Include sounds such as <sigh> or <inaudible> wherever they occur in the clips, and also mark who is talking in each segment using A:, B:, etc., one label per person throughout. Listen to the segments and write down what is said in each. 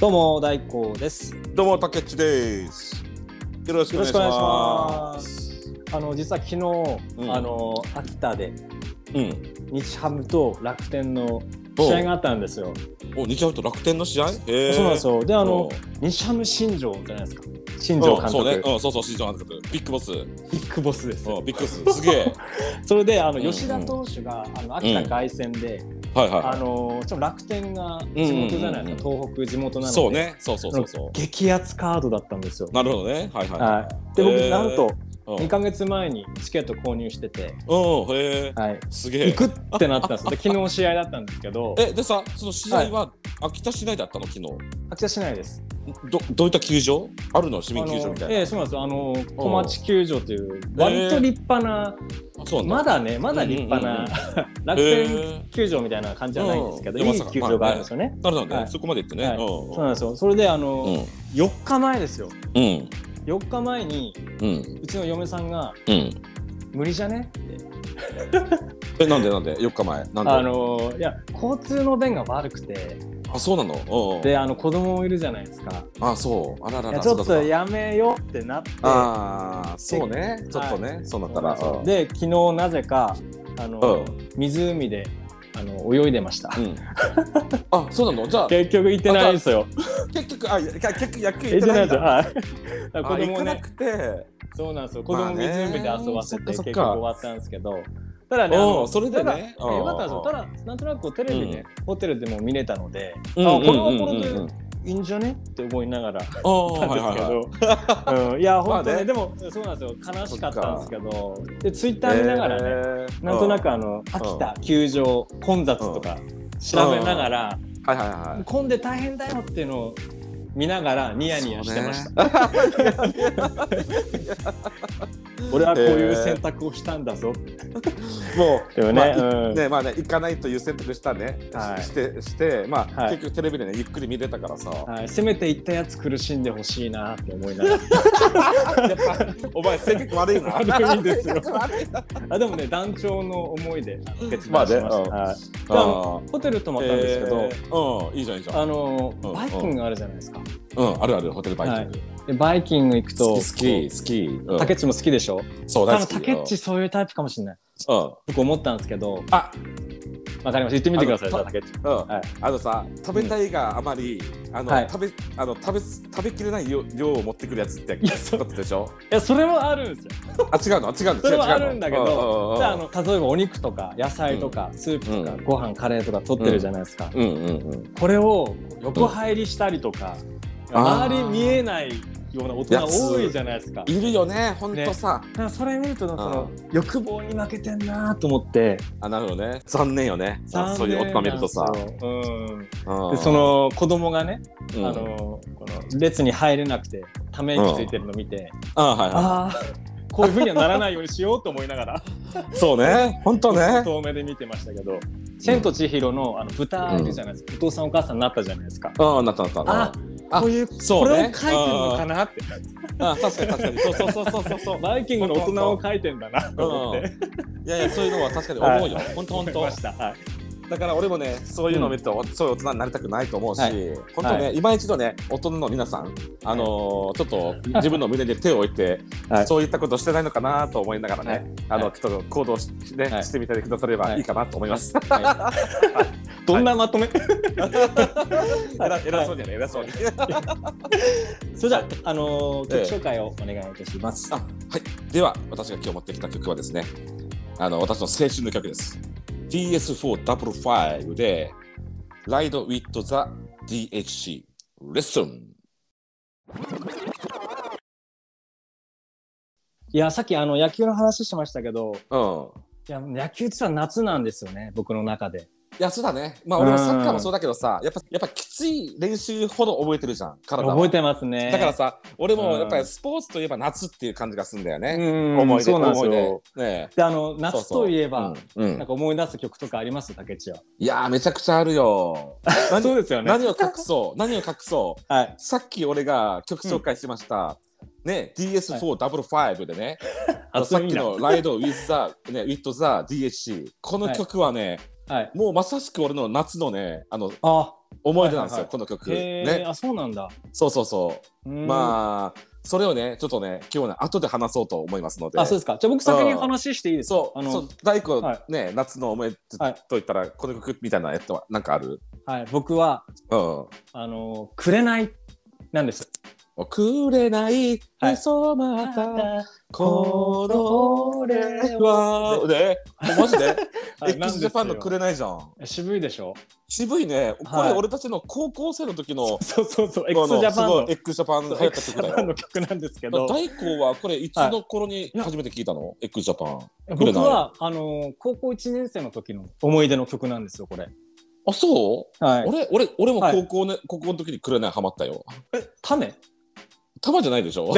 A: どうも大光です。
B: どうも、たけっちです。よろしくお願い
A: よろし
B: し
A: くお願いしま
B: ます
A: す。あの実は昨日、
B: うん
A: あの秋田で
B: うん。
A: 日ハムと楽天の試合があったんですよ。
B: お、日ハムと楽天の試合へ
A: そうなんです
B: よ。
A: よ。であの
B: お
A: 日ハム新庄じゃないですか。新
B: う
A: 庄
B: ん
A: 監督、
B: そうね。うん、そうそう、新庄監督。ビッグボス。うん、
A: ビッグボスです。
B: ビッグボス。す
A: <laughs>
B: げえ。
A: それであの
B: うんうん
A: 吉田投手があの秋田凱旋で、
B: はい
A: あ
B: は
A: のちょっと楽天が地元じゃないですか。東北地元
B: い。
A: なので。
B: そうね。そうそうそうそ
A: 激アツカードだったんですよ
B: う。。なるほどね。はいはい。
A: はい。で僕、
B: へー
A: なんと
B: うん
A: 2ヶ月前にチケット購入してて、
B: うん、へえ。
A: はい。
B: すげ
A: 行
B: え。
A: くってなったんですよ。
B: <laughs>
A: で昨日試合だったんですけど、
B: え、でさ、その試合は秋田市内だったの昨日。
A: 秋田市内です。
B: ど、どういった球場あるの市民球場みた
A: あのえ
B: い
A: えそうなんですよ。あの小町球場という割と立派な、
B: な。そうな
A: ま
B: んだ。
A: だねまだ立派な、
B: うんうん
A: 楽
B: へ
A: 天
B: え。
A: 球場みたいな感じじゃないんですけど、
B: うん
A: いい球場があるんですよね。
B: なるほど
A: は
B: ね
A: い。
B: そこまで行ってね。
A: はいそう
B: う
A: なんですよ。それであの、
B: ん。うん。
A: 4日前ですよ。
B: うん。
A: 4日前に
B: うん。
A: うちの嫁さんが
B: うん。
A: 無理じゃねって
B: え、なんでなんで ?4 日前。なんで
A: あのいや交通の便が悪くて
B: あ、そうなのおうおう
A: であの子供いるじゃないですか。
B: あ、そう。あらら
A: いや
B: ら。
A: ちょっ
B: そうか
A: と
B: そうか
A: やめようってなって。
B: ああ、そうね。ちょっとね。そうなったら。うん
A: で昨日なぜかあ
B: う
A: の
B: ん。
A: 湖であの泳いでました。
B: うん <laughs> あ、そうなのじゃあ、
A: 結局行ってないんですよ。
B: 結局、あ、いや結局、役
A: 行っ
B: 行って
A: ない
B: てな
A: ん
B: いん
A: ですよ。
B: だ。
A: はい。だから
B: あ、
A: 子
B: 行
A: 供
B: かな
A: ね、
B: くて。
A: そうなんですよ。子供湖で遊ばせて
B: まあね
A: 結
B: そっかそっか
A: 局終わったんですけど。ただね、あ
B: おう
A: の
B: それでね
A: ただ
B: うん
A: よかったですよ。ただなんとなくこうテレビでホテルでも見れたので、あこ
B: うん
A: れは
B: うん
A: これ
B: うんうん
A: でいいんじゃねって思いながら
B: ああ、
A: なん
B: はいはいはい。
A: ですけど、うんいや本当
B: まあ
A: ね
B: ね
A: でもそうなんですよ。悲しかったんですけど、でツイッター見ながらね。
B: ね
A: なんとなくあの秋田球場混雑とか調べながら
B: はいはいはい。
A: 混んで大変だよっていうのを見ながらニヤニヤしてました、
B: た。 <laughs>
A: 俺はこういう選択をしたんだぞ、
B: も
A: でも
B: う、
A: ね
B: まあ
A: うん
B: いね、まあね、行かないという選択したね
A: は。い
B: しして、して、まあ、
A: はい
B: 結局テレビでね、ゆっくり見れたからさ。
A: はい、せめて行ったやつ苦しんでほしいなって思い
B: <laughs>
A: なが
B: やっぱお前性格悪いな。
A: 悪いんですよ
B: <laughs> 性格悪いな
A: らあでもね団長の思いで決
B: まあ
A: 断し
B: ね
A: ました、はい、
B: あー
A: ホテル泊まったんですけど、
B: えーうん、いいじゃんいいじゃん。
A: あの
B: うん
A: バイキングあるじゃないですか、
B: うん、あるあるホテルバイキング。
A: でバイキング行くと
B: 好き好き好き。うん
A: 竹内も好きでしょ
B: そう
A: 多
B: 大
A: 分
B: 好き。
A: 竹内そういうタイプかもしれない
B: うん。うん
A: 僕思ったんですけど
B: あ、
A: わかりました言ってみてください
B: あ
A: じゃ
B: の
A: あ竹内
B: うん
A: はい。
B: あのさ、食べたいがあまりあの
A: はい
B: 食べあの食べ食べきれない量量を持ってくるやつって
A: いやそう
B: だったでしょ。
A: いやそれもあるんですよ
B: あ、違うの、違うの、違う違うの。
A: それはあるんだけど、
B: う
A: じ
B: ん
A: ゃああの例えばお肉とか野菜とか、スープとか、
B: うん
A: ご飯カレーとか取ってるじゃないですか、
B: うんうんうんうん。
A: これを横入りしたりとか、
B: ん
A: 周り
B: あー
A: 見えないような大人多いじゃないですかだ
B: いるよね、ほんとさ。
A: からそれ見るとその
B: う
A: 欲望に負けてんなと思って
B: あ、なるほどね。残念よね。そういう大人見るとさ。
A: 残念なんですようん
B: で
A: でそ、の子供がね、
B: うん
A: あのこの列に入れなくてため息ついてるの見て、
B: あ、はいは
A: ああ <laughs> こういうふうにはならないようにしようと思いながら
B: い。そうね、本当ね。
A: 遠目で見てましたけど「千と千尋の」あの豚いるじゃないですか、お父さんお母さんになったじゃないですか。
B: うん、なったなった。
A: あ
B: あ
A: こういう
B: そうね
A: これを書いてるのかなって
B: ああ確かに確かにそうそうそうそうそうそう
A: バイキングの大人を書いてんだなと思って
B: いやいやそういうのは確かに思うよ本当
A: 思
B: 本
A: いまし
B: 当
A: た、はい、
B: だから俺もねそういうのを見ると、そういう大人になりたくないと思うし、
A: は
B: 本当ね、
A: は
B: 今一度ね大人の皆さんあのーちょっと自分の胸に手を置いて、
A: はい
B: そういったことしてないのかなと思いながらね、
A: はい
B: あのちょっと行動し,、ね
A: はい
B: してみてくださればいいかなと思い <laughs> ます、
A: はいどんなまとめ、
B: 偉偉そうにはね偉そうに
A: それじゃあ、あのー曲紹介をお願いいたします、
B: あはいでは私が今日持ってきた曲はですねあの私の青春の曲です TS455 で Ride with the DHC Listen
A: いやさっきあの野球の話しましたけど
B: うん
A: いや野球ってさ夏なんですよね僕の中で
B: いやそうだねまあ俺はサッカーもそうだけどさやっぱやっぱきつい練習ほど覚えてるじゃん体は
A: 覚えてますね
B: だからさ俺も
A: うん
B: やっぱりスポーツといえば夏っていう感じがするんだよ
A: う
B: ね、
A: ん
B: 思い出
A: そうなんです
B: 思い
A: よ
B: 出ねえ
A: であの夏といえば
B: そうそううんうん
A: なんか思い出す曲とかあります竹内は。
B: いやーめちゃくちゃある
A: <laughs>
B: よ
A: そう
B: 何
A: ですよね。
B: 何を隠そう何を隠そう
A: はい。
B: さっき俺が曲紹介しました、ね、DS455 でね、あのさっきの「Ride with the,、ね、with the DHC」この曲はね、
A: はい。
B: もうまさしく俺の夏のねあの
A: あ、
B: 思い出なんです
A: はいはい
B: よ、
A: はい
B: この曲。
A: へえ、
B: ね、
A: あ、そうなんだ。
B: そうそうそ
A: あ。
B: う。まあ、それをね、ちょっとね、今日ね、後で話そうと思いますので。
A: あ、そう
B: う
A: ですか。じゃあ僕先に話していいですか
B: そう
A: あの
B: 大工、
A: は
B: ね、夏の思い出
A: はい
B: と言ったら、この曲みたいなやつは、なんかある
A: はい、僕は、
B: うん。
A: あの、くれない、なんです。
B: くれない、
A: はい
B: そまた、この俺は。ね、マジで x ジャパンのく
A: れ
B: れないじゃん。
A: 渋いでしょ
B: 渋いね。こ
A: は
B: れ
A: い
B: 俺たちの高校生の時の、
A: そうそうそう、
B: あ
A: x ジ
B: の
A: ャ
B: す
A: パン
B: ご
A: の
B: い x ジャパンが流行った曲だ
A: X ジャパン
B: よ。
A: の曲なんですけど、
B: 大工はこれいつの頃に初めて聞いたの ?X ジャパン。く
A: 僕
B: れない
A: は、あの、高校1年生の時の思い出の曲なんですよ、これ。
B: あ、そう
A: はい。
B: 俺、俺、俺も
A: はい
B: 高校ね、高校の時にくれないハマったよ。
A: ため
B: たまじゃないでしょ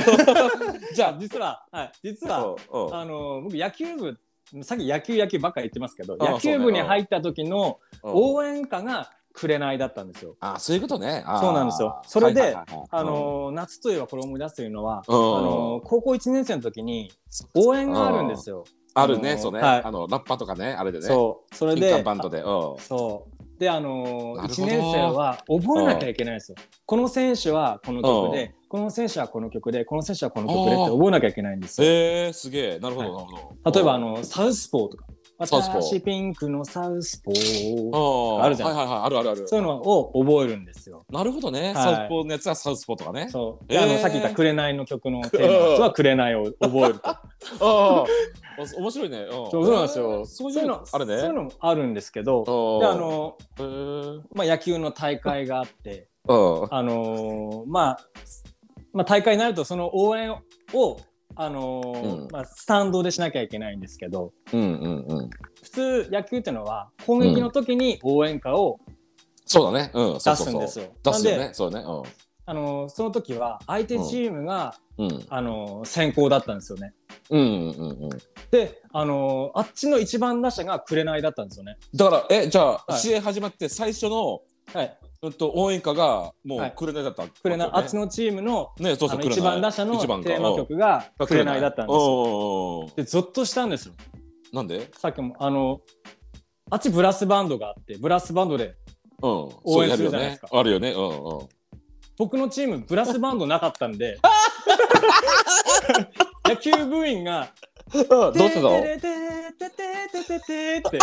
A: <laughs> じゃあ、実は、はい、実は、
B: <laughs> うんうん
A: あの僕野球部さっき野球野球ばっかり言ってますけど
B: ああ
A: 野球部に入った時の
B: うん
A: 応援歌が「紅」だったんですよ。
B: あ、そういうことね。あー
A: そうなんですよそれで、
B: はいはいはいはい
A: あ、の夏といえばこれ思い出すというのは、
B: うん
A: あの高校1年生の時に応援があるんですよ。
B: ある
A: あ
B: ね、
A: の
B: そうね。
A: はい
B: あの、ラッパとかね、あれでね。
A: そうそれ
B: 金管
A: で
B: バンドで。うん。
A: そうであの
B: なるほど
A: 1年生は覚えなきゃいけないんですよ。この選手はこの曲でこの選手はこの曲でこの選手はこの曲でって覚えなきゃいけないんですよ。
B: えー、すげえ。なるほど、
A: は
B: なるほど。
A: 例えばあのサウスポーとか
B: サウスポー
A: 私ピンクのサウスポー
B: うん、
A: あるじゃん
B: はいはいはい、あるあるある。
A: そういうのを覚えるんですよ。
B: なるほどね、
A: い
B: サウスポーのやつはサウスポーとかね。
A: そう。
B: えー
A: あのさっき言った紅の曲のテーマのやつは紅を覚えると。
B: ああ、お面白いね。うん
A: そうそうなんですよ。
B: <laughs> そういうのあるね。
A: そういうのもあるんですけど、
B: の
A: であ、の
B: へー
A: まあ野球の大会があって、
B: うん
A: あのーまあまあ大会になるとその応援をあのー
B: うん
A: まあスタンドでしなきゃいけないんですけど、
B: うんうんうん。
A: 普通野球っていうのは攻撃の時に応援歌を
B: そうだね。うん、そ
A: 出
B: うそう
A: す
B: そ
A: ん
B: う
A: ですよ。
B: 出すよ
A: なん
B: ね
A: で、
B: そうね。
A: あのーその時は相手チームが、
B: うん。うん。
A: あのー先行だったんですよね。
B: うんうんうんうん。
A: で、あのーあっちの一番打者が紅だったんですよね。
B: だから、え、じゃあ、
A: はい
B: 試合始まって最初の、
A: はい。
B: うんと、応援歌が、も
A: は
B: う
A: い、
B: くれないだったわけよ
A: 紅、
B: ね。
A: あっちのチームの
B: ね、そう
A: あ
B: そう、
A: の
B: 紅
A: 一番打者のテ
B: 一番が
A: ーマ曲が
B: うん
A: 紅だったんです
B: お
A: よ。
B: うおうおう
A: で、ゾッとしたんですよ。
B: なんで
A: さっきも、あの、あっちブラスバンドがあって、ブラスバンドで、
B: うん。
A: 応援するじゃないですか
B: そうやるよねあるよね。うんうん。
A: 僕のチームブラスバンドなかったん
B: <laughs>
A: で、野球部員が、
B: どうしてたの
A: ててててててててって、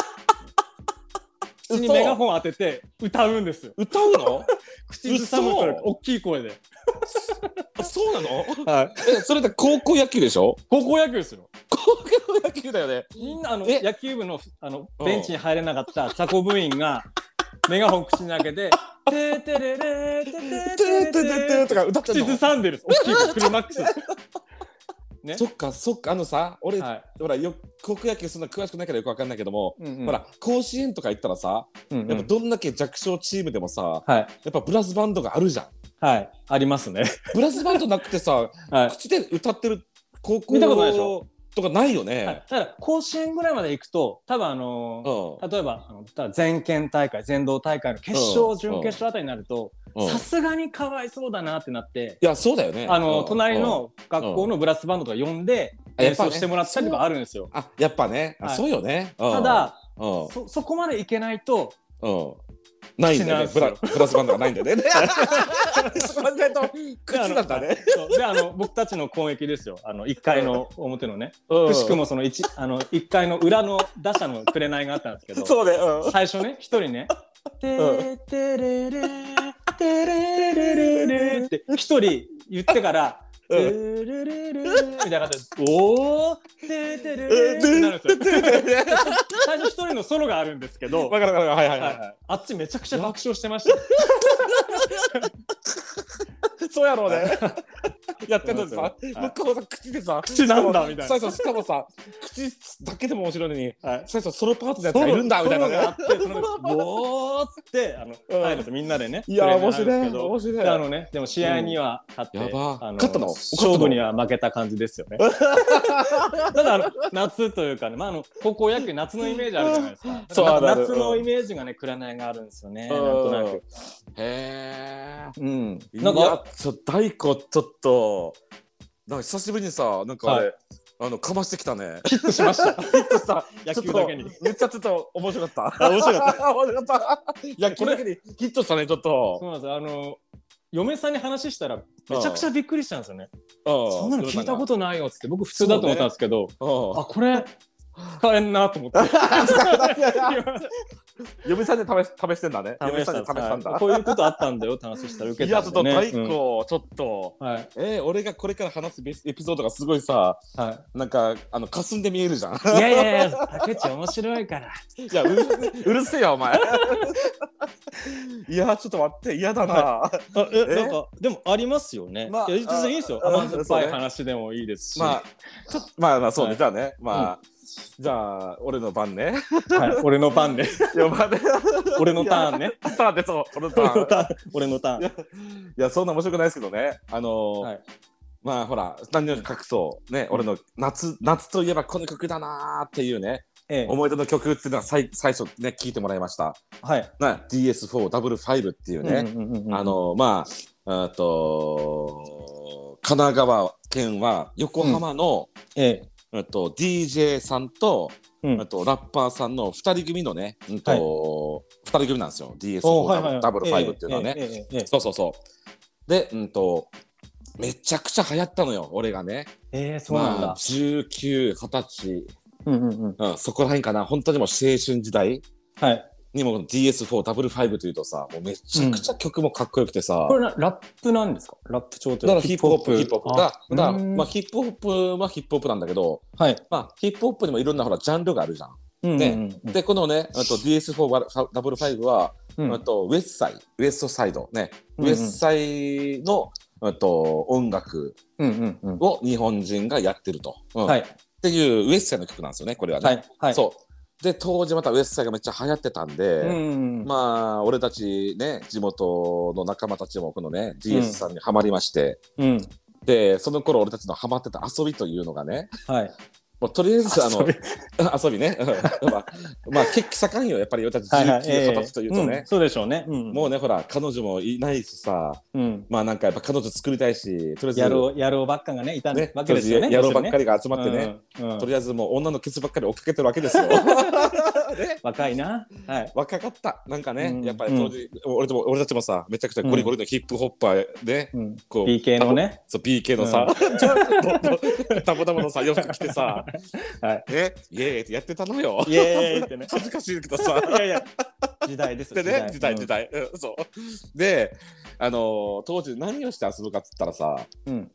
A: 口にメガホン当てて歌うんですよ。
B: 歌うの
A: 口ずさむから
B: 嘘
A: 大きい声で。
B: あそうなの
A: はい。
B: え、それって高校野球でしょ
A: 高校野球ですよ。
B: 高校野球だよね。
A: みんなあの
B: え
A: 野球部のあの
B: うん
A: ベンチに入れなかった雑魚部員がメガホン口に開けて「てーてれれーてーて
B: トゥ
A: ー
B: ート
A: て
B: ゥ
A: ー
B: ート
A: て
B: ゥートゥ
A: ー
B: ーとか歌ってん
A: 口
B: の
A: ずさんでるんです大きい声クルマックスですね
B: そっかそっかあのさ俺、
A: はい
B: ほらよ高校野球そんな詳しくないからよくわかんないけども、
A: うんうん
B: ほら甲子園とか行ったらさ、
A: うんうん
B: やっぱどんだけ弱小チームでもさ
A: はい
B: やっぱブラスバンドがあるじゃん
A: はいありますね
B: ブラスバンドなくてさ
A: はい
B: 口で歌ってる高校
A: 見たことないでしょ
B: とかないよ
A: はい
B: ね、
A: だから甲子園ぐらいまで行くと多分あのー
B: うん
A: 例えばあのただ全県大会全道大会の決勝準決勝あたりになると
B: うん
A: さすがにかわいそうだなってなって
B: いやそうだよね
A: あの、
B: うん
A: 隣の学校のブラスバンドとか呼んで、
B: うん
A: 演奏してもらったりとかあるんですよ。
B: あやっぱねあ、
A: はい
B: そうよね、うん
A: ただ、
B: うん
A: そそこまでいけないと、
B: うんないんだよね
A: 口
B: ブ
A: なん
B: ラ
A: で
B: ブラスバンドがないんだよねそこまでないと <laughs> 口なんだね
A: そうであの僕たちの攻撃ですよあの1階の表のね、くしくもその 1, あの1階の裏の打者の紅があったんですけど
B: そうね、うん
A: 最初ね1人ね「てーてれれーてれれれれー」って1人言ってから「
B: うん
A: ルルルルーみたいな感じで「おーてーてれれー」ってなるんですよ。
B: <laughs>
A: 最初一人のソロがあるんですけど、
B: わかるわかるはいはいは
A: はい
B: い、は
A: あっちめちゃくちゃ爆笑してました。
B: い、そうやろうね <laughs> やってんのに
A: は
B: さ
A: い
B: 向こうさ口でさ
A: 口なんだみたいな
B: 最初しかもさ口だけでも面白いのに
A: はい
B: 最初ソロパートのやつがいるんだみたいな
A: ソロがあ
B: ね
A: って、そのボーっつってあの、
B: うん
A: 入るんですよみんなでね。
B: いやー面
A: プレミ
B: 白
A: アムなん
B: い
A: で
B: 面
A: す
B: 白
A: け
B: い
A: どであのね、でも試合には勝って、
B: うんやばー
A: あの
B: 勝ったの
A: 勝負には負けた感じです
B: <laughs>
A: よね。ただあの夏というかね、まああの高校野球夏のイメージあるじゃないですか。
B: <laughs> そう
A: なんか
B: あるある
A: 夏のイメージがね、紅があるんですよね。なんとなく。
B: へ
A: うん。
B: え <laughs>
A: なん
B: いや
A: か
B: ちょ大悟ちょっとなんか久しぶりにさなんかあれ、
A: は
B: あのかましてきたね。
A: ヒットしました。
B: ヒットした。
A: 野球だけに
B: ちょっ。とめっちゃちょっと <laughs> 面白かった。
A: あ面白か
B: った。面白かった。野球だけにヒットしたね、ちょっ
A: そ
B: と。
A: うなんです。あの、嫁さんに話したら、めちゃくちゃびっくりしたんですよね。そ
B: そ
A: んなの聞いたことないよっつって、僕普通だと思ったんですけど、
B: と
A: あ、これ、使えんなと
B: <laughs>
A: 思って。
B: 嫁さんで試し試してんだね。嫁さんで試したん
A: はい
B: だ。
A: こういうことあったんだよって話したら受
B: い
A: けた
B: や、
A: ん
B: ちょ
A: で、
B: っ
A: ね。
B: と太鼓、ちょっと。
A: うんはい。
B: えー、俺がこれから話すベスエピソードがすごいさ、
A: はい。
B: なんか、あの、霞んで見えるじゃん。
A: いやいやいや、竹内面白いから。
B: <laughs> いや、うるせうるせえよ、お <laughs> 前。いや、ちょっと待って、嫌だな。
A: あえ
B: <laughs> え
A: なんかでもありますよね。
B: まあ
A: いや全然いいですよ。
B: あ
A: 甘酸っぱ
B: そう
A: い
B: ね
A: 話でもいいですし。
B: まあ、ちょっと、まあまあ、そうね、
A: はい
B: じゃあね、まあ、じゃあ、俺の番ね。 <laughs>
A: はい、俺の番で、
B: いや、まあね、
A: 俺のターンね。
B: ターンで、そう、俺のタ
A: 俺の
B: ーン。
A: ターン、俺のターン。
B: いや、そんな面白くないですけどね、あのー
A: はい
B: まあ、ほら、何を隠そう、ね、俺の夏、夏といえばこの曲だなーっていうね、
A: ええ、
B: 思い出の曲っていうのは最最初ね、聞いてもらいました。
A: はい。
B: な DS4W5 っていうね、
A: うんうんうんうん
B: あ、のまあ、あと、神奈川県は横浜の、
A: ええ、
B: えっと DJ さんと、
A: うん
B: あとラッパーさんの2人組のね、うんと
A: はい
B: 2人組なんですよ、
A: おはいはい
B: DS4W5、ダブル5っていうのはね。
A: ええええええ
B: そうそうそう。で、うんと、めちゃくちゃ流行ったのよ、俺がね。
A: ええええそうなん
B: まあ、
A: だ。
B: 19、20歳、
A: うんうんうん。
B: うん、そこら辺かな、本当にもう青春時代
A: はい。
B: にも DS4W5 というとさ、もうめちゃくちゃ曲もかっこよくてさ。
A: これなラップなんですかラップ調と
B: だからヒップホップ、ヒップホップ。だ
A: あ
B: だから、
A: うーん
B: まあ、ヒップホップはヒップホップなんだけど、
A: はい。
B: まあ、ヒップホップにもいろんなほらジャンルがあるじゃん。
A: うんうん
B: で
A: うん
B: で、このね、あと DS4W5 は、
A: うん
B: あとウェストサイド、ウエストサイド、ね、
A: うんうん
B: ウエストサイドのあと音楽
A: うんうんうん
B: を日本人がやってると。うん
A: は
B: っ
A: い。
B: ていうウエストサイドの曲なんですよね、これはね。
A: はい。はい。
B: そう。で、当時またウエストサイドがめっちゃ流行ってたんで、
A: うんうんうん。
B: まあ、俺たちね、地元の仲間たちもこのね、DS さんにハマりまして、
A: うん。
B: でその頃俺たちのハマってた遊びというのがね、
A: はい。
B: まあ、とりあえず
A: <laughs>
B: あの
A: 遊び
B: <laughs> 遊びね、うんまあ、まあ、血気盛んよやっぱり俺たち
A: はいは
B: 19、
A: ええ
B: 20歳というとね
A: ん、そうでしょうね。うん
B: もうねほら彼女もいないしさ
A: うん。
B: まあなんかやっぱ彼女作りたいしとりあえず
A: やろう、やろうばっかがね、いた
B: ね
A: わけですよね。
B: とりあえず野郎ばっか
A: り
B: りが集まってね、。
A: うんうん
B: とりあえずもう女のケツばっかり追っかけてるわ
A: <laughs>
B: けですよ。ね
A: 若いな。はい。
B: 若かったなんかね、
A: うん
B: やっぱり当時、俺とも俺たちもさめちゃくちゃゴリゴリのヒップホッパーで、
A: うん。
B: こう
A: PK のね。
B: そう PK のさ、たまたまのさ洋服着てさ、
A: <laughs> はい
B: えイエーイってやってたのよ。。
A: イエーイってね
B: 恥ずかしいけどさ。
A: いやいや、 <laughs> 時代ですよ。
B: でね、時代
A: うん
B: 時。代、うんそう。で、あのー当時何をして遊ぶかっつったらさ、
A: うん。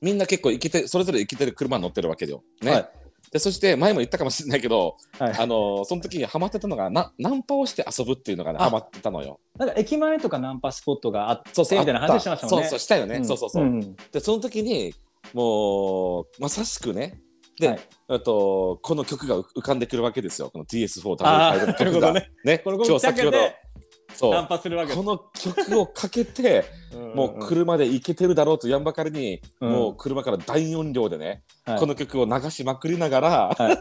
B: みんな結構生きてそれぞれ生きてる車に乗ってるわけよ。ね。
A: はい
B: でそして前も言ったかもしれないけど、
A: はい
B: あのーその時にハマってたのがなナンパをして遊ぶっていうのがね
A: あ
B: ハマってたのよ。
A: なんか駅前とかナンパスポットがあって
B: そう
A: み
B: そう
A: たいな話してましたもんね。
B: そうそうしたよね。
A: ん
B: そうそうそう。
A: ん
B: でその時にもうまさしくねで、
A: はい
B: あとこの曲が浮かんでくるわけですよこの DS4
A: あー
B: の
A: なる
B: 曲
A: ほど
B: が
A: ね。
B: ね
A: これ
B: 今
A: こ
B: 日
A: う避
B: 先
A: け
B: ほど
A: て
B: そ
A: ナン
B: う
A: パするわけ
B: この曲をか
A: <laughs>
B: けてもう車で行けてるだろうとやんばかりに、
A: うん
B: もう車から大音量でね、
A: はい
B: この曲を流しまくりながら、
A: は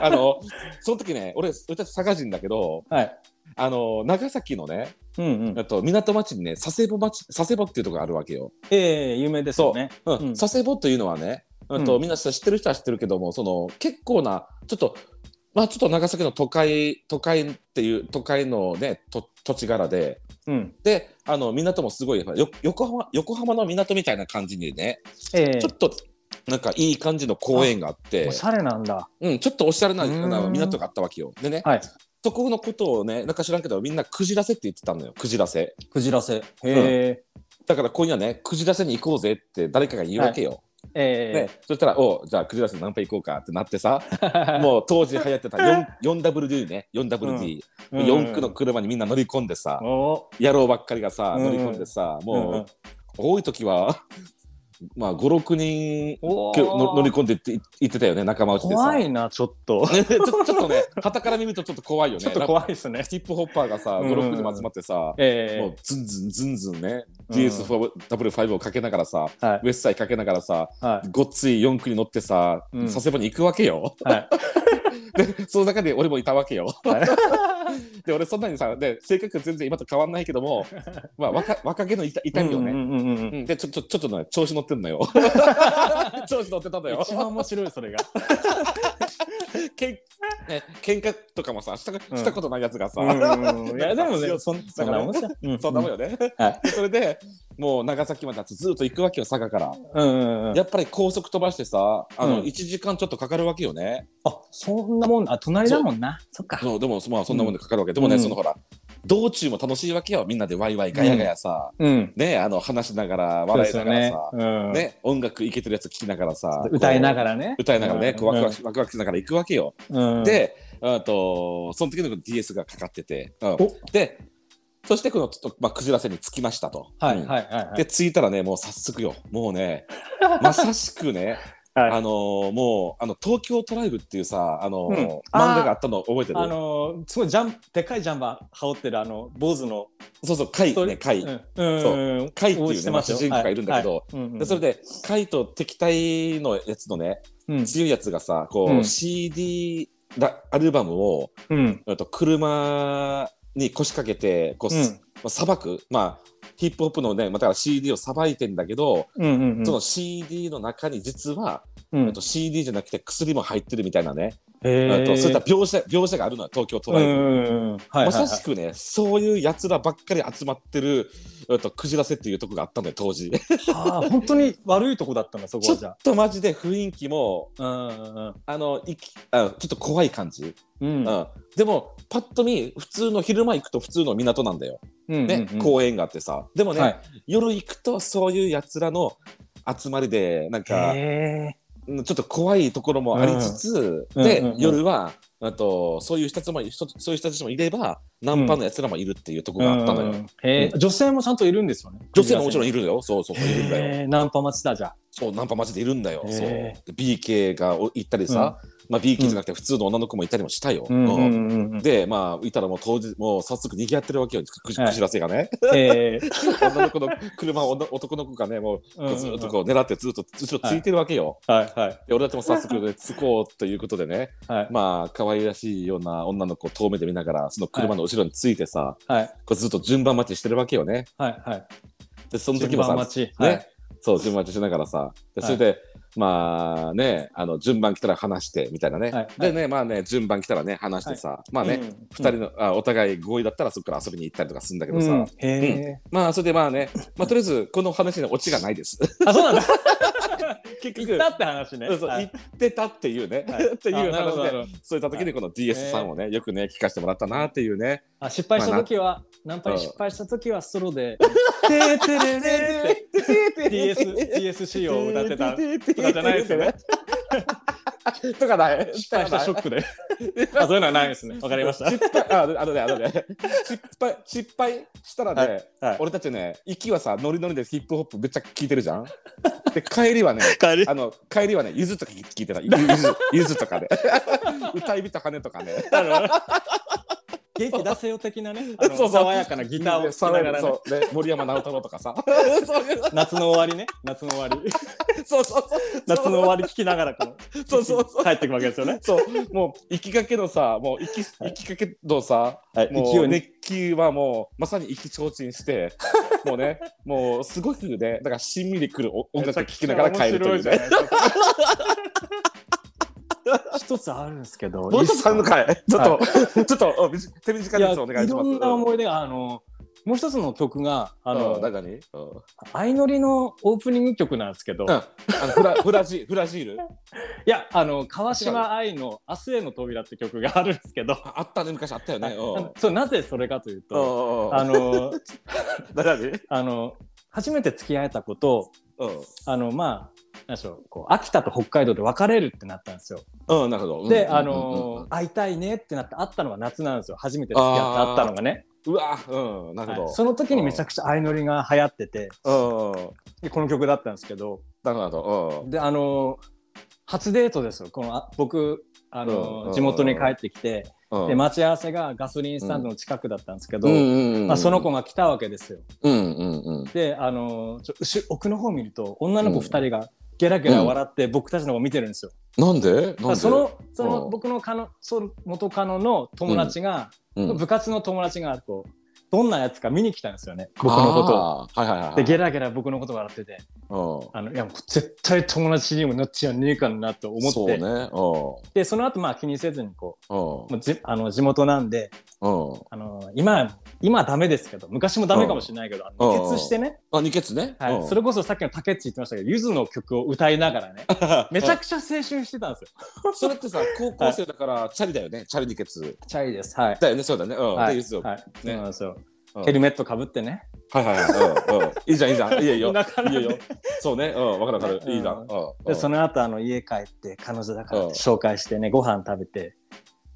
B: あのその時ね俺俺たち佐賀人だけど
A: はい。
B: あの長崎のね
A: うんうん。
B: あと港町にね佐世保町佐世保っていうところがあるわけよ。
A: ええ有名ですよね。
B: うん
A: うん
B: 佐世保というのはね、うん
A: う
B: と
A: ん
B: みんな知ってる人は知ってるけどもその結構なちょっとまあちょっと長崎の都会都会っていう都会のねと土地柄で
A: うん。
B: であの港もすごいよ横浜横浜の港みたいな感じにね、
A: ええ
B: ちょっとなんかいい感じの公園があって
A: おしゃれなんだ。
B: うん、ちょっとおしゃれな
A: うーん
B: な港があったわけよでね、
A: はい。
B: そこのことをねなんか知らんけどみんなくじらせって言ってたのよくじらせ
A: くじらせ。へえ。
B: だから今夜ねくじらせに行こうぜって誰かが言うわけよ、ね
A: え、
B: そしたら、おうじゃあ、クリラスナンパ行こうかってなっ
A: <laughs>
B: てさ、
A: え。
B: もう当時流行ってた 4- 4WD ね、4WD、
A: うん
B: 4区の。車にみんな乗り込んでさ、
A: お
B: 野郎ばっかりがさ、
A: うん
B: 乗り込んでさ、もう、
A: うんうん
B: 多い時は、 <laughs> まあ、5、6人
A: お
B: きょの乗り
A: ー。
B: 込んでってい行ってたよね、仲間内でさ。
A: 怖
B: ね、
A: いな、ちょっと。
B: <laughs> ちょちょっとね、傍から見るとちょっと怖いよね。
A: ちょっと怖いですね
B: <laughs> ラ。ッヒップホッパーがさ、
A: うん
B: 5、6人も集まってさ、
A: え
B: も
A: え
B: うズンズンズンズンね、
A: うん
B: DS4W5 をかけながらさ、
A: はい
B: ウェッサイかけながらさ、
A: は
B: ごっつい四駆に乗ってさ、
A: うん
B: 佐世保に行くわけよ。 <laughs>
A: い。はい。
B: で、その中で俺もいたわけよ。
A: はい
B: <laughs> で俺そんなにさで性格全然今と変わんないけ
A: <laughs>
B: ども、まあ、若若気の痛痛みをね、
A: うんうんうんう
B: うんんでちょちょちょっとね調子乗って
A: <laughs>
B: んのよ調子乗ってたのよ
A: 一番面白いそ <laughs> れが。
B: けん、ね、喧嘩とかもさした
A: うん
B: したことないやつがさ、
A: うんいやでもね
B: <laughs> 強い
A: そんそんなもんじゃんうん。
B: <laughs> そんなもんよね、
A: は
B: <laughs> でそれでもう長崎までずっと行くわけよ佐賀から、
A: うんうんうん。
B: やっぱり高速飛ばしてさあ
A: う
B: の
A: ん
B: 1時間ちょっとかかるわけよね、
A: あそんなもんあ隣だもんな。そっか。
B: そうでもまあそんなもんでかかるわけ、でもね、
A: うん
B: そのほら道中も楽しいわけよみんなでワイワイガヤガヤさ、
A: うん。
B: ねあの話しながら
A: そう
B: 笑
A: で
B: い
A: す
B: な
A: よ
B: がら
A: ね
B: さ。、
A: うん
B: ね音楽いけてるやつ聞きながらさ
A: 歌いなが
B: ら
A: らね。
B: 歌いながらね、こうワクワ
A: ク。
B: クワクワクしながら行くわけよ、
A: うん、
B: であとその時の DS がかかってて、うん
A: お
B: でそしてこのちょっと、まあ、くじらせに着きましたと、
A: はい
B: うん
A: はいはい。
B: で着いたらねもう早速よもう
A: <laughs>
B: ねまさしくね
A: はい
B: あのーもうあの東京トライブっていうさあのー、
A: うん
B: 漫
A: あー
B: 画があったの覚えてる
A: あのーすごいジャンでっかいジャンバー羽織ってるあの坊主の
B: そうそう海ね海、
A: うんうんうん
B: 海っていうね
A: 応じてますよ
B: まあ主人公がいるんだけど
A: はいはいうんうん
B: でそれで海と敵対のやつのね
A: うん
B: 強いやつがさこう、
A: うん
B: CD ラアルバムを
A: うん
B: えっと車に腰掛けてこう、
A: うん
B: さばくまあヒップホップのねまた CD をさばいてんだけど、
A: うんうんうん
B: その CD の中に実は、
A: うん
B: えっと CD じゃなくて薬も入ってるみたいなね、
A: へー
B: えっとそういった描写描写があるのよ東京ト
A: う
B: ライブ。
A: んうんうんはいはいはい
B: まさしくね、そういうやつらばっかり集まってる、えっと、くじらせっていうとこがあったんだよ、当時。
A: あー本当に悪いとこだったんだそこ
B: ちょ
A: はじゃ
B: っとマジで雰囲気も、
A: あうんうん
B: あの、いきあちょっと怖い感じ。
A: うん
B: うん。でも、パッと見、普通の昼間行くと普通の港なんだよ。
A: うん
B: ね、
A: うんうん
B: 公園があってさ。でもね、
A: はい
B: 夜行くとそういうやつらの集まりで、なんか、
A: へ
B: うんちょっと怖いところもありつつ、
A: うん
B: で、
A: うんうんうん
B: 夜は、あと、そういう人たちも、人そういう人たちもいれば、ナンパのやつらもいるっていうとこ
A: ー
B: があったのよ。
A: うんうんへー女性もちゃんといるんですよね
B: 女性ももちろん
A: い
B: いるのよ。そうそうそう、いるんだよ。
A: ナンパ待ちだじゃあ
B: そう、ナンパマジでいるんだよ。
A: へー
B: そう。BK がお行ったりさ、まあ BK じゃなくて普通の女の子もいたりもしたよ。
A: うんうんう
B: うん
A: んうん
B: で、まあ、いたらもう当時、もう早速賑わってるわけよ、くじ
A: はい
B: くじらせ
A: <laughs>
B: がね。
A: へー
B: 女の子の車を女男の子がね、も
A: うんうんう
B: う、
A: ん
B: ずっとこう狙って、ずっと後ろついてるわけよ。
A: はいはい
B: で俺だってもう早
A: <laughs>
B: 速ね、つこうということでね、
A: はい
B: まあ、可愛らしいような女の子を遠目で見ながら、その車の後ろについてさ、
A: はい
B: こうずっと順番待ちしてるわけよね。
A: はいはい
B: で、その時も
A: 順番
B: さ、
A: 待ち
B: ね、
A: はい
B: そう順番待ちしながらさでそれで、まあねあの順番来たら話してみたいなね、
A: はい
B: でねまあね順番来たらね話してさ、まあね、
A: うん
B: 二人のあお互い合意だったらそこから遊びに行ったりとかするんだけど
A: う
B: さ、
A: んへ
B: まあそれでまあね、まあ、とりあえずこの話にオチがないです
A: <laughs> ーあそうなんだ
B: 結
A: 行っ
B: 局
A: たって話ね
B: <laughs> そうそう
A: はい
B: 行ってたっていうね、
A: はい
B: <laughs> っていう
A: あなる
B: 話
A: ほどなる
B: で
A: ほど
B: そういった時にこの DS さんをね、よくね聞かせてもらったなっていうね
A: あ失敗した時は、ナンパに失敗した時はソロで「てーてれれ」って DS DSC を歌ってた
B: と
A: かじゃないですよね
B: とかない
A: 失敗したショックであそういうのはないですねわかりました
B: 失敗ああのねあのね失敗失敗したらね、
A: はい
B: 俺たちね行きはさノリノリでヒップホップめっちゃ聞いてるじゃん。で帰りはね
A: 帰り
B: あの帰りはねゆずとか聞いてたゆずゆずとかで歌い人羽とかね。
A: <laughs> 元気出せよ的な
B: <laughs>
A: ねあの
B: そうそう
A: 爽やかなギターを聴きながら、ね、
B: そうね森山直太朗とかさそういう
A: 夏の終わりね夏の終わり
B: <laughs> そうそうそう
A: 夏の終わり聴きながらこの
B: そうそうそう
A: 帰っていくわけですよね
B: そうもう行きかけのさもう行き行きかけのさ
A: はい
B: も
A: 勢
B: う
A: いね
B: 熱気はもうまさに意気提灯して <laughs> もうねもうすごくねだからしんみりくるお音楽聴きながら帰るとい
A: 面
B: うね。
A: 白いじゃない
B: <laughs>
A: ですか一つあるんですけど
B: ボルトさんの回ちょっと、
A: は
B: ちょっとおみじ手短
A: い
B: な
A: や
B: やつお願い
A: い
B: しま
A: ろ
B: す。
A: んな思い出があのもう一つの曲があ
B: あ
A: の、
B: の何々うん
A: 相乗りのオープニング曲なんですけど、
B: う
A: い
B: んあのフラフラジフラジール
A: やあの川島愛の「明日への扉」って曲があるんですけど、
B: ああったね昔あったよね。うんうん
A: <laughs> そうなぜそれかというと、
B: うん
A: あの
B: 何々
A: あの初めて付き合えた子と
B: う
A: あのまあ何でしょうこう秋田と北海道で別れるってなったんですよ。
B: んうんなるほど。
A: で、
B: うん
A: あ
B: うんうんう
A: の
B: ん
A: 会いたいねってなって会ったのは夏なんですよ初めて付き合って会ったのがね、
B: うわうんなる
A: は
B: ほ
A: いその時にめちゃくちゃ相乗りが流行ってて
B: ど。うんうん
A: でこの曲だったんですけど
B: なるほど。うん
A: であの初デートですよこのあ僕あ
B: うんう
A: の
B: ん
A: 地元に帰ってきて。
B: うん
A: で待ち合わせがガソリンスタンドの近くだったんですけど、まあ、その子が来たわけですよ。
B: うんうんうん
A: であのちょ後奥の方見ると女の子2人がゲラゲラ笑って僕たちの方見てるんですよ。
B: なんで
A: だ
B: な
A: か
B: んで
A: らそのそ
B: うん
A: の僕のかのその元カノの友達が、
B: うん
A: 部活の友達がこうどんなやつか見に来たんですよね僕のことを。
B: あーはいはいはいはい
A: でゲラゲラ僕のこと笑ってて
B: うん
A: あのいやもう絶対友達にもなっちゃねえかなと思って
B: そうねう
A: でその後まあ気にせずにこ
B: ん
A: うもうじあの地元なんで
B: うんうん
A: あの今今はダメですけど昔もダメかもしれないけどあ
B: うん
A: の熱してね、
B: あ二血ね
A: はいそれこそさっきの竹内言ってましたけどゆずの曲を歌いながら
B: <laughs>
A: ねめちゃ
B: ち
A: くちゃ青春してたんですよ。
B: ゃそれってさ高校生だからチャリだよねチャリ二血
A: チャイです。はい。
B: だよねそうだねうん
A: は
B: で
A: い、
B: ゆずを
A: はいそうなんですよ。
B: うん
A: ヘルメットかぶってね。
B: はいはいはいうんうんいいじゃんいいじゃんいいよいいよ
A: なかなか
B: いいよいいよそうねうんわかるわか
A: うん
B: るいいじゃんうんう
A: で
B: ん
A: その後あの家帰って彼女だから
B: うん
A: 紹介してねご飯食べて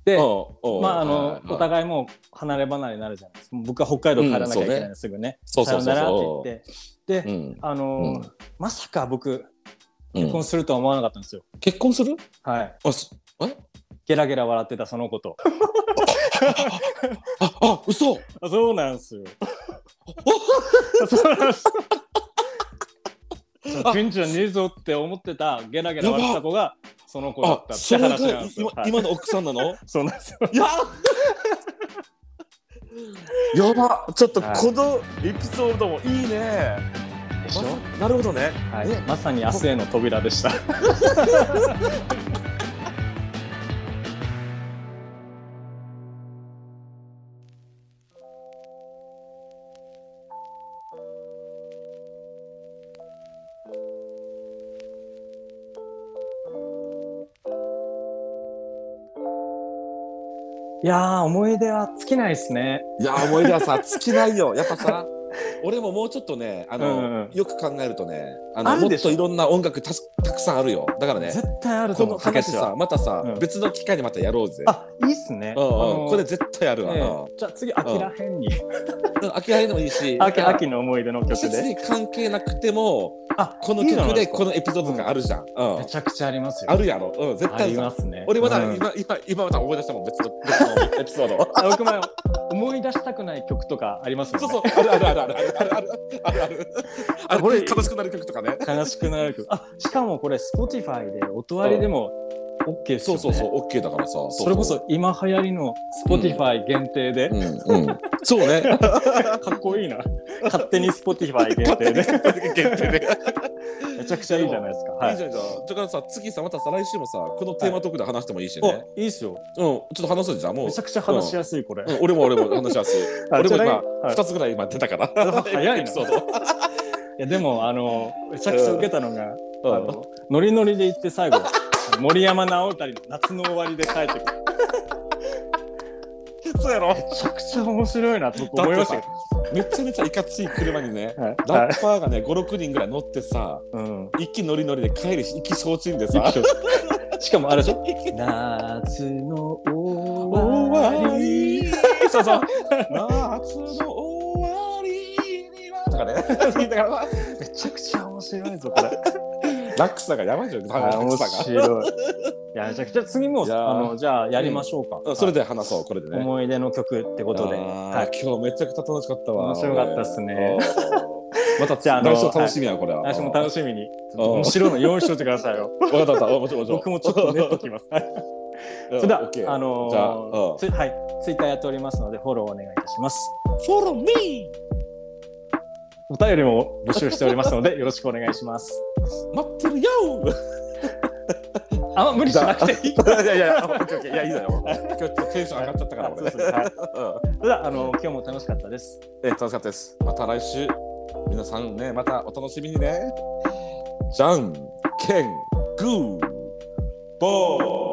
A: で
B: うんうん
A: まああ
B: はいは
A: の
B: いはい
A: お互いもう離れ離れになるじゃないですか僕は北海道帰らなきゃいけないの、
B: う
A: すぐね
B: そうそうそう
A: さよなら
B: そ
A: って言ってで、
B: ううん
A: あのー
B: うん
A: まさか僕
B: うん
A: 結婚するとは思わなかったんですよ、
B: 結婚する
A: はい
B: あすえ
A: ゲラゲラ笑ってたそのこと
B: ああ嘘
A: あそうなんす
B: <laughs>
A: よそうなんす
B: あ
A: ケンちゃんねえぞって思ってたゲラゲラ笑ってた子がその子だっ
B: あ
A: たって
B: それが
A: 話なんですよ
B: 今
A: はい
B: 今の奥さんなの
A: そうなんですよ
B: ややばちょっと
A: はい
B: このエピソードもいいね、
A: でしょ
B: まなるほどね
A: はい
B: ね、
A: まさに明日への扉でした。いやー思い出は尽きないですね。
B: いや思い出はさ尽きないよやっぱさ <laughs> 俺ももうちょっとねあの、
A: うんうん
B: よく考えるとねあの
A: ある
B: も
A: で
B: っ
A: しょ
B: といろんな音楽たすたくさんあるよだからね
A: 絶対あると
B: こ
A: 思
B: の
A: う。たけ
B: 話
A: しは
B: さまたさ、
A: うん
B: 別の機会にまたやろうぜ
A: あ、いいっすね。
B: うんうん
A: あのー
B: これ絶対あるわ、
A: ええ
B: うん
A: じゃあ次、秋らへんに。
B: うん秋葉原でもいいし
A: 秋秋の思い出の
B: 季
A: 曲
B: 節
A: で。
B: に関係なくても
A: あ、
B: この
A: いいじゃな
B: 曲
A: いで
B: です
A: か
B: このエピソードがあるじゃん、うん
A: めちゃくちゃありますよ。
B: あるやろ、うん、絶
A: あ
B: 対
A: り
B: さ
A: ますね。
B: 俺まだ
A: うん
B: 今、今、今また思い出したもん、別の、別のエピソード。
A: あ僕も思い出したくない曲とかありますよ
B: そう
A: ね。
B: そう、あるあるあるあるあるあるあるあるある。これ悲しくなる曲とかね。
A: 悲しくなる曲。 <laughs> あ、しかもこれ Spotify で音割りでも OK です
B: そ
A: よ
B: う
A: ね。
B: そうそう、オッケーだからさ。
A: それこそ今流行りの Spotify 限定で <laughs>
B: う、ん、うん。そうね。
A: かっこいいな。勝手に Spotify 限定で。
B: 限定で。
A: めちゃくちゃいいじゃないですか。はい
B: いじ
A: い。
B: ゃん、じゃあ、だからさ、次さ、また再来週もさ、このテーマトークで話してもいいしね。うん、
A: お、いいっすよ。
B: ちょっと話すじゃん、もう
A: めち。ゃくちゃ話しやすい、これ。
B: うん俺も俺も話しやすい。
A: あ
B: 俺も
A: じゃ
B: 今
A: あはい
B: 二つぐらい今出たから。
A: 早いな
B: エピソード
A: いやでもあのめちゃくちゃ受けたのが、
B: うん
A: あのノリノリで行って最後 <laughs> あの森山直太りの夏の終わりで帰ってくる
B: そうやろ。
A: めちゃくちゃ面白いなと
B: だ
A: 思
B: っ
A: い
B: て
A: ました
B: さ
A: け
B: めちゃめちゃいかつい車にね
A: ど、はい
B: ラッパーがね56人ぐらい乗ってさ
A: うん、
B: 息ノリノリで帰りし息消沈でさ
A: しかもあれでしょ夏の終
B: 終
A: わ
B: わ
A: り
B: りそうそう夏の終わりにはとかね <laughs> だから
A: めちゃくちゃ面白いぞ <laughs> これ
B: 落差がやばいじゃん
A: あ
B: 落
A: 面
B: 差
A: <laughs> 白いいやめちゃくちゃ次も
B: いやー
A: あのじゃあやりましょうか、
B: がそれで話そうこれで
A: はい
B: ね
A: 思い出の曲ってことで、
B: あー
A: はい、
B: 今日めちゃくちゃ楽しかったわ
A: 面白かったっすね
B: また
A: じゃああの
B: 来週楽しみやこれは
A: 私も楽しみに
B: ん
A: 面白いの用意しといてくだ <laughs> さいよ
B: わかったわかったもちろんもちろん
A: 僕もちょっと練っときます。それでは、あのー
B: じゃあうん
A: ツイはい、ツイッターやっておりますので、フォローお願いいたします。
B: フォローミ
A: お便りも募集しておりますの
B: <laughs>
A: で、よろしくお願いします。
B: ー待って
A: <laughs>
B: るよ
A: あ、無理しなくていい。
B: いやいや、オッケーオッケーいやいいだよ。 <laughs> 今日ちょっとテンション上がっちゃったから、俺。
A: あそうそうはい
B: うん
A: それでは、あのー今日も楽しかったです。
B: え、楽しかったです。また来週、皆さんね、またお楽しみにね。じゃんけん、グー、ボー。